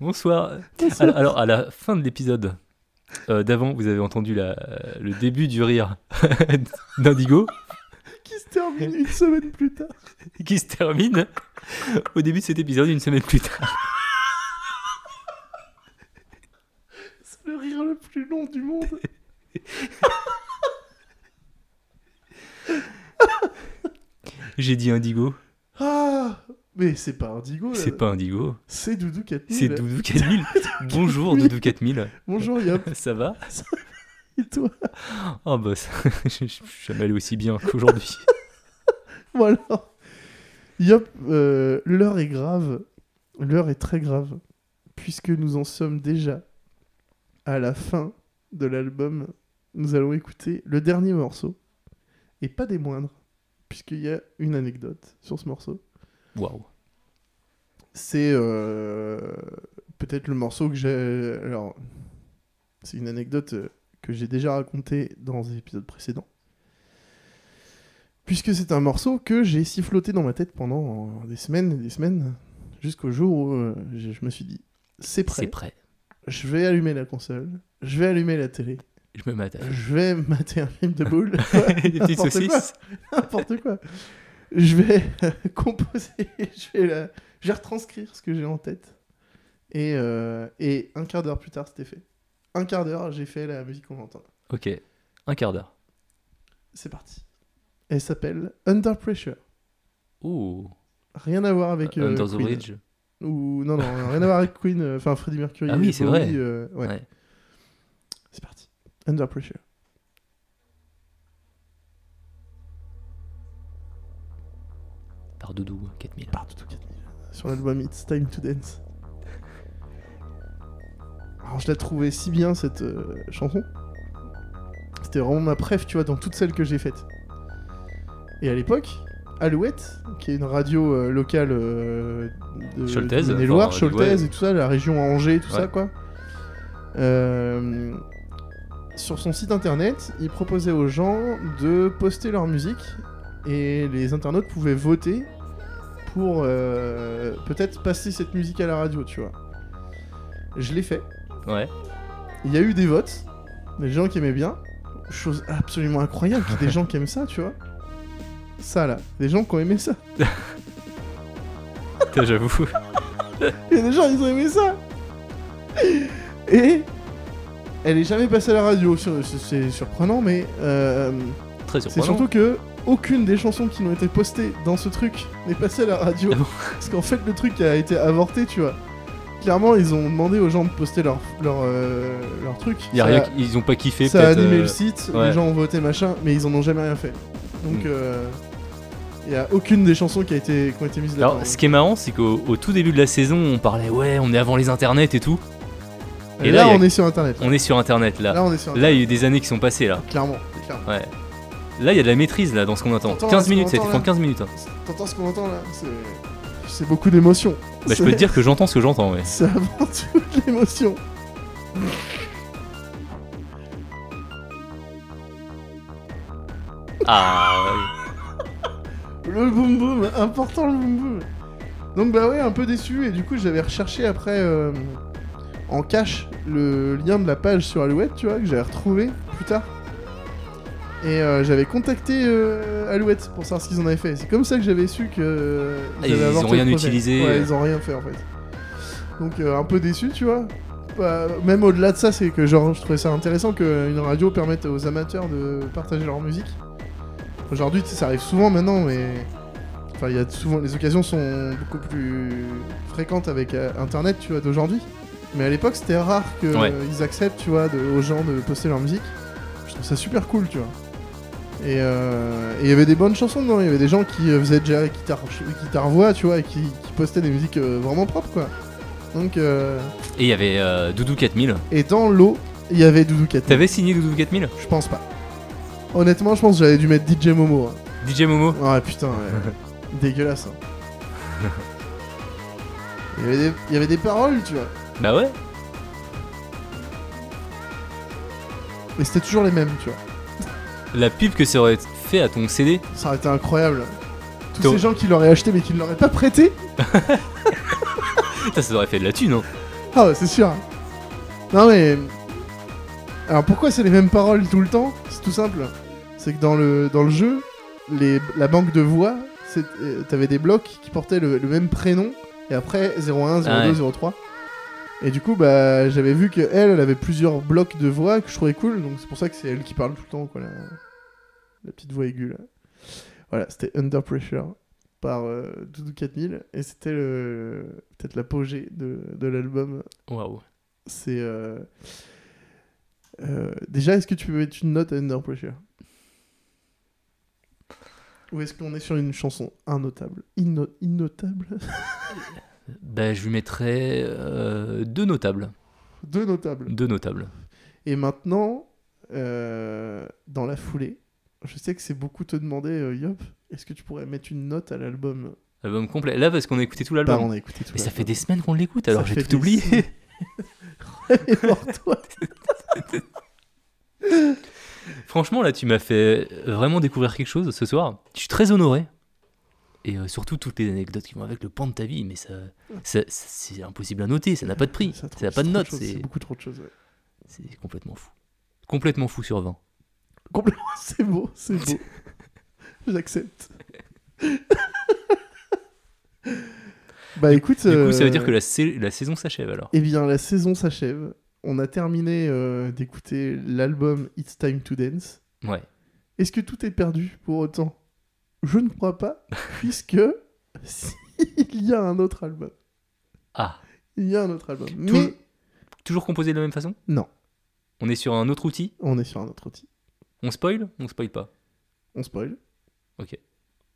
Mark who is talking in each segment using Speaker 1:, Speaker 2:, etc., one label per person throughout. Speaker 1: Bonsoir. Alors, alors, à la fin de l'épisode euh, d'avant, vous avez entendu la- le début du rire d'Indigo
Speaker 2: Qui se termine une semaine plus tard.
Speaker 1: qui se termine au début de cet épisode une semaine plus tard.
Speaker 2: C'est le rire le plus long du monde.
Speaker 1: J'ai dit Indigo.
Speaker 2: Ah Mais c'est pas Indigo, là.
Speaker 1: C'est pas Indigo.
Speaker 2: C'est Doudou 4000.
Speaker 1: C'est Doudou 4000. Bonjour Doudou 4000.
Speaker 2: Bonjour Yop,
Speaker 1: Ça va
Speaker 2: et toi
Speaker 1: Oh bah, ça- je je suis jamais allé aussi bien qu'aujourd'hui.
Speaker 2: Voilà. Yop, euh, l'heure est grave. L'heure est très grave. Puisque nous en sommes déjà à la fin de l'album, nous allons écouter le dernier morceau. Et pas des moindres. Puisqu'il y a une anecdote sur ce morceau.
Speaker 1: Waouh.
Speaker 2: C'est euh, peut-être le morceau que j'ai. Alors, c'est une anecdote euh, que j'ai déjà racontée dans des épisodes précédents. Puisque c'est un morceau que j'ai siffloté dans ma tête pendant des semaines et des semaines, jusqu'au jour où euh, je je me suis dit c'est prêt,
Speaker 1: C'est prêt.
Speaker 2: je vais allumer la console, je vais allumer la télé,
Speaker 1: Je me mate.
Speaker 2: je vais mater un film de boule,
Speaker 1: Des petites
Speaker 2: N'importe quoi.
Speaker 1: saucisses.
Speaker 2: n'importe quoi. Je vais euh, composer, je vais, la- je vais retranscrire ce que j'ai en tête. Et, euh, et un quart d'heure plus tard, c'était fait. Un quart d'heure, j'ai fait la musique qu'on entend.
Speaker 1: Ok. Un quart d'heure.
Speaker 2: C'est parti. Elle s'appelle Under Pressure.
Speaker 1: Oh.
Speaker 2: Rien à voir avec euh,
Speaker 1: Under the
Speaker 2: Queen.
Speaker 1: Bridge.
Speaker 2: Ou non, non, rien à voir avec Queen. euh, Enfin, Freddie Mercury.
Speaker 1: Ah oui, c'est
Speaker 2: Bowie,
Speaker 1: vrai.
Speaker 2: euh, ouais.
Speaker 1: Ouais.
Speaker 2: C'est parti. Under Pressure.
Speaker 1: Par Doudou 4000.
Speaker 2: part de tout 4000 sur l'album It's Time to Dance. Alors je la trouvais si bien cette euh, chanson. C'était vraiment ma préf, tu vois, dans toutes celles que j'ai faites. Et à l'époque, Alouette, qui est une radio euh, locale euh, de
Speaker 1: Choltaise,
Speaker 2: de loire
Speaker 1: enfin,
Speaker 2: Choltaise
Speaker 1: ouais.
Speaker 2: et tout ça, la région Angers, tout
Speaker 1: Ouais.
Speaker 2: ça, quoi. Euh, sur son site internet, il proposait aux gens de poster leur musique et les internautes pouvaient voter pour euh, peut-être passer cette musique à la radio, tu vois. Je l'ai fait.
Speaker 1: Ouais.
Speaker 2: Il y a eu des votes, des gens qui aimaient bien. Chose absolument incroyable, qu'il y ait des gens qui aiment ça, tu vois. Ça là, des gens qui ont aimé ça.
Speaker 1: Putain, J'avoue.
Speaker 2: Il y a des gens, ils ont aimé ça. Et elle est jamais passée à la radio, c'est- c'est c'est surprenant, mais euh,
Speaker 1: Très
Speaker 2: c'est
Speaker 1: surprenant.
Speaker 2: surtout que aucune des chansons qui ont été postées dans ce truc n'est passée à la radio.
Speaker 1: Ah bon
Speaker 2: Parce qu'en fait, le truc a été avorté, tu vois. Clairement, ils ont demandé aux gens de poster leur, leur, euh, leur truc.
Speaker 1: Y a
Speaker 2: Ça-
Speaker 1: rien qui- Ils ont pas kiffé.
Speaker 2: Ça a
Speaker 1: peut-être,
Speaker 2: animé
Speaker 1: euh,
Speaker 2: le site,
Speaker 1: ouais.
Speaker 2: les gens ont voté machin, mais ils en ont jamais rien fait. Donc
Speaker 1: Mm.
Speaker 2: il y a aucune des chansons qui a été qui ont été mises là.
Speaker 1: Alors, ce qui est marrant, c'est qu'au au tout début de la saison, on parlait ouais, on est avant les internets et tout.
Speaker 2: Et,
Speaker 1: et
Speaker 2: là,
Speaker 1: là, y a-
Speaker 2: on est sur internet.
Speaker 1: On est sur internet là.
Speaker 2: Là, on est sur internet.
Speaker 1: Là, il y a eu des années qui sont passées là.
Speaker 2: Clairement, clairement.
Speaker 1: Là, il y a de la maîtrise là dans ce qu'on attend.
Speaker 2: T'entends,
Speaker 1: 15
Speaker 2: ce
Speaker 1: minutes,
Speaker 2: qu'on
Speaker 1: ça a été
Speaker 2: entend,
Speaker 1: prendre
Speaker 2: là
Speaker 1: 15 minutes. hein.
Speaker 2: T'entends ce qu'on entend là C'est- C'est beaucoup d'émotion.
Speaker 1: Bah, je peux te dire que j'entends ce que j'entends, ouais.
Speaker 2: C'est avant tout de l'émotion.
Speaker 1: Ah, ouais.
Speaker 2: Le boom boom, important le boom boom. Donc bah ouais, un peu déçu et du coup j'avais recherché après euh, en cache le lien de la page sur Alouette, tu vois, que j'avais retrouvé plus tard. Et euh, j'avais contacté euh, Alouette pour savoir ce qu'ils en avaient fait. C'est comme ça que j'avais su que euh,
Speaker 1: Ah, ils
Speaker 2: avaient
Speaker 1: ont
Speaker 2: avorté
Speaker 1: rien
Speaker 2: le projet.
Speaker 1: utilisé.
Speaker 2: Ouais, ils ont rien fait en fait. Donc euh, un peu déçu, tu vois. Bah, même au-delà de ça, c'est que genre je trouvais ça intéressant qu'une radio permette aux amateurs de partager leur musique. Aujourd'hui, tu sais, ça arrive souvent maintenant, mais. Enfin, il y a souvent. Les occasions sont beaucoup plus fréquentes avec euh, Internet, tu vois, d'aujourd'hui. Mais à l'époque, c'était rare qu'ils
Speaker 1: Ouais.
Speaker 2: acceptent, tu vois, de- aux gens de poster leur musique. Je trouve ça super cool, tu vois. Et euh, et il y avait des bonnes chansons dedans, il y avait des gens qui euh, faisaient déjà guitare, guitare voix, tu vois, et qui, qui postaient des musiques euh, vraiment propres, quoi. Donc, euh,
Speaker 1: Et il y avait euh, Doudou 4000.
Speaker 2: et dans l'eau, il y avait Doudou 4
Speaker 1: T'avais signé Doudou 4000
Speaker 2: Je pense pas. Honnêtement, je pense que j'avais dû mettre DJ Momo. hein.
Speaker 1: DJ Momo
Speaker 2: Ah putain, ouais. dégueulasse. hein. Il y, avait des, il y avait des paroles, tu vois.
Speaker 1: Bah ouais.
Speaker 2: Mais c'était toujours les mêmes, tu vois.
Speaker 1: La pub que ça aurait fait à ton CD.
Speaker 2: Ça aurait été incroyable. Tous
Speaker 1: T'aurais-
Speaker 2: ces gens qui l'auraient acheté mais qui ne l'auraient pas prêté.
Speaker 1: Putain, ça aurait fait de la thune, hein.
Speaker 2: Ah ouais, c'est sûr. Non mais. Alors pourquoi c'est les mêmes paroles tout le temps C'est tout simple. C'est que dans le, dans le jeu, les, la banque de voix, c'est- euh, t'avais des blocs qui portaient le, le même prénom, et après 01, 02,
Speaker 1: Ah ouais.
Speaker 2: 03. Et du coup, bah, j'avais vu que elle, elle avait plusieurs blocs de voix que je trouvais cool, donc c'est pour ça que c'est elle qui parle tout le temps, quoi, la, la petite voix aiguë là. Voilà, c'était Under Pressure par euh, Doudou 4000, et c'était le- peut-être l'apogée de, de l'album
Speaker 1: Waouh.
Speaker 2: c'est. euh, euh, déjà, est-ce que tu peux mettre une note à Under Pressure Ou est-ce qu'on est sur une chanson innotable Inno- Innotable
Speaker 1: Ben, je lui mettrais euh, deux notables.
Speaker 2: Deux notables.
Speaker 1: Deux notables.
Speaker 2: Et maintenant, euh, dans la foulée, je sais que c'est beaucoup te demander, euh, Yop, est-ce que tu pourrais mettre une note à l'album
Speaker 1: Album complet. Là, parce qu'on a écouté tout
Speaker 2: Bah,
Speaker 1: l'album.
Speaker 2: on a écouté tout.
Speaker 1: Mais ça
Speaker 2: l'album.
Speaker 1: fait des semaines qu'on l'écoute, alors
Speaker 2: Ça
Speaker 1: j'ai
Speaker 2: fait
Speaker 1: tout
Speaker 2: des
Speaker 1: oublié.
Speaker 2: semaines. Et pour toi
Speaker 1: Franchement, là, tu m'as fait vraiment découvrir quelque chose ce soir. Je suis très honoré. Et euh, surtout, toutes les anecdotes qui vont avec le pan de ta vie, mais ça, ça- ça- c'est impossible à noter, ça n'a pas de prix, ça
Speaker 2: trop-
Speaker 1: n'a
Speaker 2: c'est
Speaker 1: pas de
Speaker 2: trop
Speaker 1: note,
Speaker 2: choses,
Speaker 1: c'est
Speaker 2: C'est beaucoup trop de choses. ouais.
Speaker 1: c'est complètement fou. Complètement fou sur 20.
Speaker 2: Complètement, c'est beau, c'est beau. J'accepte. bah écoute,
Speaker 1: Du coup, ça veut dire
Speaker 2: euh,
Speaker 1: que la, sa- la saison s'achève alors.
Speaker 2: eh bien la saison s'achève. On a terminé euh, d'écouter l'album It's Time to Dance.
Speaker 1: Ouais.
Speaker 2: Est-ce que tout est perdu pour autant Je ne crois pas, puisque s'il y a un autre album,
Speaker 1: Ah,
Speaker 2: il y a un autre album. Mais
Speaker 1: le- toujours composé de la même façon
Speaker 2: Non.
Speaker 1: On est sur un autre outil
Speaker 2: on est sur un autre outil.
Speaker 1: On spoil On spoil pas.
Speaker 2: On spoil.
Speaker 1: Ok.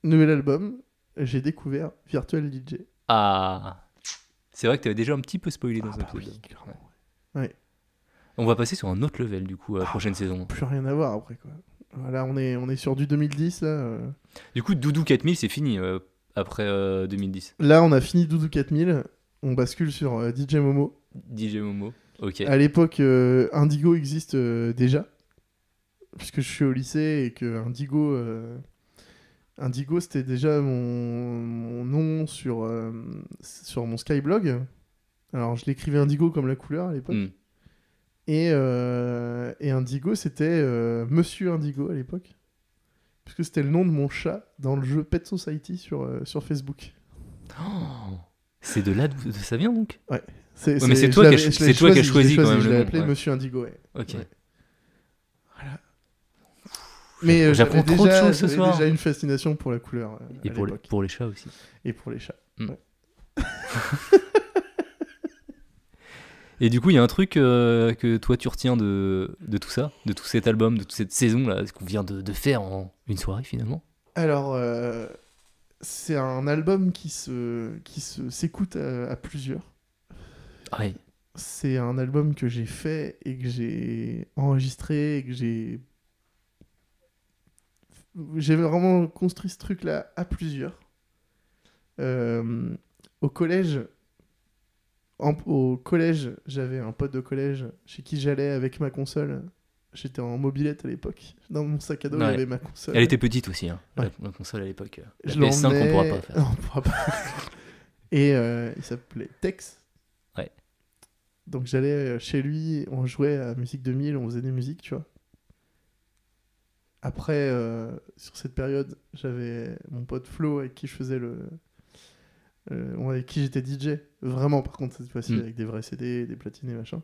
Speaker 2: Nouvel album. J'ai découvert Virtual DJ.
Speaker 1: Ah C'est vrai que tu avais déjà un petit peu spoilé dans
Speaker 2: Ah
Speaker 1: un
Speaker 2: bah
Speaker 1: épisode.
Speaker 2: oui, clairement.
Speaker 1: On va passer sur un autre level du coup à la
Speaker 2: Ah.
Speaker 1: prochaine saison.
Speaker 2: plus rien à voir après quoi. Voilà, on est, on est sur du 2010 là. euh.
Speaker 1: Du coup, Doudou 4000, c'est fini euh, après euh, 2010.
Speaker 2: Là, on a fini Doudou 4000, on bascule sur euh, DJ Momo.
Speaker 1: DJ Momo. Ok.
Speaker 2: À l'époque, euh, Indigo existe euh, déjà, puisque je suis au lycée et que Indigo, euh, Indigo c'était déjà mon, mon nom sur, euh, sur mon Skyblog. Alors, je l'écrivais Indigo comme la couleur à l'époque.
Speaker 1: Hmm.
Speaker 2: Et, euh, et Indigo, c'était euh, Monsieur Indigo à l'époque. Puisque c'était le nom de mon chat dans le jeu Pet Society sur, euh, sur Facebook.
Speaker 1: Oh, c'est de là d'où d'où ça vient donc
Speaker 2: C'est,
Speaker 1: Ouais, mais c'est
Speaker 2: je
Speaker 1: toi qui as
Speaker 2: l'avais-
Speaker 1: cho-
Speaker 2: je l'avais
Speaker 1: c'est toi qui as
Speaker 2: je l'ai
Speaker 1: choisi quand même
Speaker 2: Je
Speaker 1: le
Speaker 2: l'ai
Speaker 1: nom,
Speaker 2: appelé
Speaker 1: ouais.
Speaker 2: Monsieur Indigo, ouais.
Speaker 1: Ok.
Speaker 2: Ouais. Mais euh,
Speaker 1: J'apprends
Speaker 2: j'avais
Speaker 1: trop de
Speaker 2: déjà-
Speaker 1: choses ce
Speaker 2: j'avais
Speaker 1: soir.
Speaker 2: déjà une fascination pour la couleur euh,
Speaker 1: Et
Speaker 2: à
Speaker 1: pour, les-
Speaker 2: l'époque.
Speaker 1: pour les chats aussi.
Speaker 2: Et pour les chats.
Speaker 1: Et du coup, il y a un truc euh, que toi tu retiens de, de tout ça, de tout cet album, de toute cette saison là, ce qu'on vient de, de faire en une soirée finalement.
Speaker 2: Alors, euh, c'est un album qui, se, qui se, s'écoute à- à plusieurs.
Speaker 1: Ah ouais.
Speaker 2: c'est un album que j'ai fait et que j'ai enregistré et que j'ai j'ai vraiment construit ce truc là à plusieurs Euh, au collège en- au collège j'avais un pote de collège chez qui j'allais avec ma console j'étais en mobilette à l'époque dans mon sac à dos
Speaker 1: Ouais.
Speaker 2: j'avais ma console
Speaker 1: Elle était petite aussi, hein, la-
Speaker 2: Euh, Ouais.
Speaker 1: la, console à l'époque. euh. La
Speaker 2: je
Speaker 1: PS5, on
Speaker 2: l'emmenais-
Speaker 1: pourra pas faire.
Speaker 2: Non, on pourra pas. Et euh, il s'appelait Tex.
Speaker 1: Ouais.
Speaker 2: Donc j'allais euh, chez lui, on jouait à Musique 2000, on faisait des musiques, tu vois. Après, euh, sur cette période, j'avais mon pote Flo avec qui je faisais le. euh, avec qui j'étais DJ. Vraiment, par contre, cette fois-ci,
Speaker 1: Mm.
Speaker 2: avec des vrais CD, des platines et machin.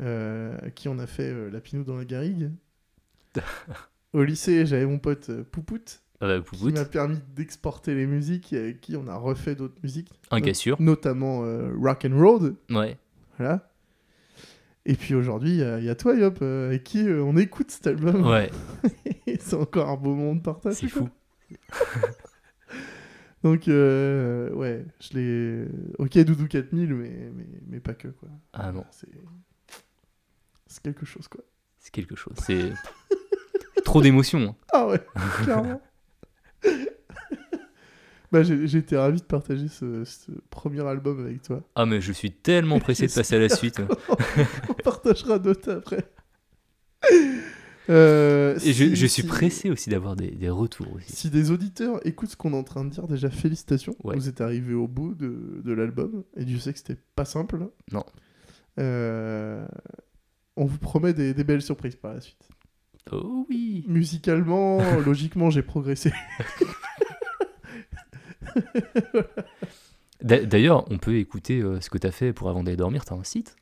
Speaker 2: Euh, à qui on a fait euh, La Pinou dans la Garrigue. Au lycée, j'avais mon pote euh, Poupoute
Speaker 1: Ah bah,
Speaker 2: qui
Speaker 1: Poupoute,
Speaker 2: m'a permis d'exporter les musiques et avec qui on a refait d'autres musiques,
Speaker 1: un gars sûr.
Speaker 2: notamment euh, Rock and Road,
Speaker 1: Ouais.
Speaker 2: voilà. Et puis aujourd'hui, il y a- il y, a toi, Yop, euh, avec qui euh, on écoute cet album.
Speaker 1: Ouais,
Speaker 2: c'est encore un beau moment de partage.
Speaker 1: c'est
Speaker 2: quoi.
Speaker 1: fou.
Speaker 2: Donc, euh, ouais, je l'ai. Ok, Doudou 4000, mais, mais, mais pas que, quoi.
Speaker 1: Ah non,
Speaker 2: C'est. C'est quelque chose, quoi.
Speaker 1: c'est quelque chose. C'est trop d'émotions. hein.
Speaker 2: Ah ouais, clairement. bah, j'ai j'ai été ravi de partager ce- ce premier album avec toi.
Speaker 1: Ah mais je suis tellement pressé de passer à la suite.
Speaker 2: On partagera d'autres après. Euh,
Speaker 1: Et je,
Speaker 2: si-
Speaker 1: je suis
Speaker 2: si-
Speaker 1: pressé aussi d'avoir des, des retours aussi.
Speaker 2: Si des auditeurs écoutent ce qu'on est en train de dire, déjà félicitations.
Speaker 1: Ouais.
Speaker 2: Vous êtes arrivés au bout de, de l'album. Et Dieu sait que c'était pas simple.
Speaker 1: Non.
Speaker 2: Euh, on vous promet des, des belles surprises par la suite.
Speaker 1: Oh oui
Speaker 2: Musicalement, logiquement, j'ai progressé.
Speaker 1: D'a- D'ailleurs, on peut écouter euh, ce que t'as fait pour avant d'aller dormir. T'as un site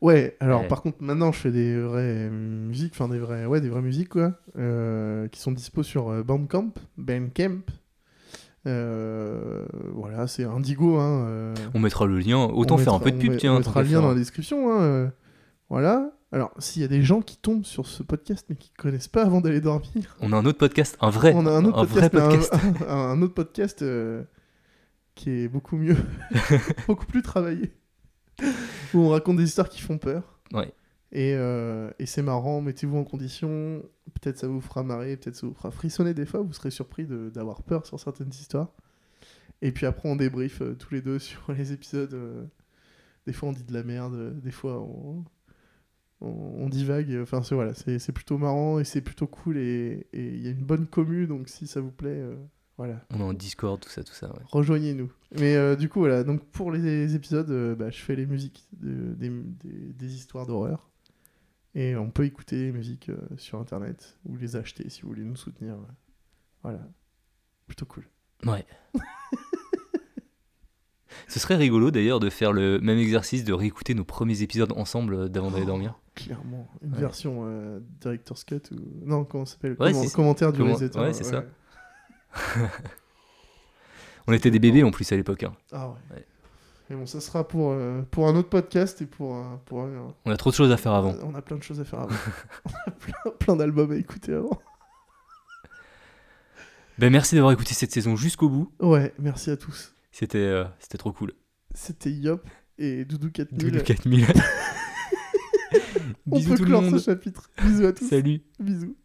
Speaker 2: Ouais, alors
Speaker 1: Ouais.
Speaker 2: par contre, maintenant je fais des vraies euh, musiques, enfin des vraies, ouais, des vraies musiques quoi, euh, qui sont dispo sur euh, Bandcamp. Bandcamp. Euh, voilà, c'est Indigo. Hein, euh,
Speaker 1: On mettra le lien. Autant
Speaker 2: on
Speaker 1: faire un
Speaker 2: mettra-
Speaker 1: peu de pub,
Speaker 2: on met-
Speaker 1: tiens.
Speaker 2: On
Speaker 1: tant
Speaker 2: mettra
Speaker 1: qu'à
Speaker 2: le lien
Speaker 1: faire.
Speaker 2: dans la description. hein, euh, voilà. Alors, s'il y a des gens qui tombent sur ce podcast mais qui connaissent pas avant d'aller dormir,
Speaker 1: On a un autre podcast, un vrai.
Speaker 2: on a un autre
Speaker 1: vrai
Speaker 2: podcast, mais un-
Speaker 1: podcast.
Speaker 2: un, un autre podcast euh, qui est beaucoup mieux, beaucoup plus travaillé, où on raconte des histoires qui font peur.
Speaker 1: Ouais.
Speaker 2: Et, euh, et c'est marrant, mettez-vous en condition, peut-être ça vous fera marrer, peut-être ça vous fera frissonner des fois, vous serez surpris de- d'avoir peur sur certaines histoires. Et puis après on débrief euh, tous les deux sur les épisodes. euh, des fois on dit de la merde, euh, des fois on, on, on divague. Enfin c'est voilà, c'est c'est plutôt marrant et c'est plutôt cool et et il y a une bonne commu donc si ça vous plaît, euh, voilà,
Speaker 1: On est en Discord, tout ça, tout ça. ouais.
Speaker 2: rejoignez-nous. Mais euh, du coup voilà, donc pour les épisodes, euh, bah, je fais les musiques de- des, des- des histoires d'horreur. Et on peut écouter les musiques euh, sur internet ou les acheter si vous voulez nous soutenir. euh, Voilà. Plutôt cool.
Speaker 1: Ouais. Ce serait rigolo d'ailleurs de faire le même exercice de réécouter nos premiers épisodes ensemble euh, d'avant d'aller
Speaker 2: Oh,
Speaker 1: dormir.
Speaker 2: Clairement. Une
Speaker 1: Ouais.
Speaker 2: version euh, Director's Cut ou. Non, comment ça s'appelle
Speaker 1: Ouais,
Speaker 2: Comment-
Speaker 1: c'est ça.
Speaker 2: Commentaire du hein,
Speaker 1: Comment-
Speaker 2: réalisateur.
Speaker 1: ouais, c'est ça. On était des bébés en plus à l'époque. hein.
Speaker 2: Ah ouais.
Speaker 1: Ouais.
Speaker 2: Mais bon, ça sera pour, euh, pour un autre podcast et pour, un- pour un-
Speaker 1: On a trop de choses à faire avant.
Speaker 2: On a plein de choses à faire avant. on a plein, plein d'albums à écouter avant.
Speaker 1: Ben merci d'avoir écouté cette saison jusqu'au bout.
Speaker 2: Ouais, merci à tous.
Speaker 1: C'était euh, c'était trop cool.
Speaker 2: C'était Yop et Doudou 4000.
Speaker 1: Double 4000.
Speaker 2: On
Speaker 1: Bisous
Speaker 2: peut
Speaker 1: tout le
Speaker 2: clore ce
Speaker 1: monde.
Speaker 2: chapitre. Bisous à tous.
Speaker 1: Salut.
Speaker 2: Bisous.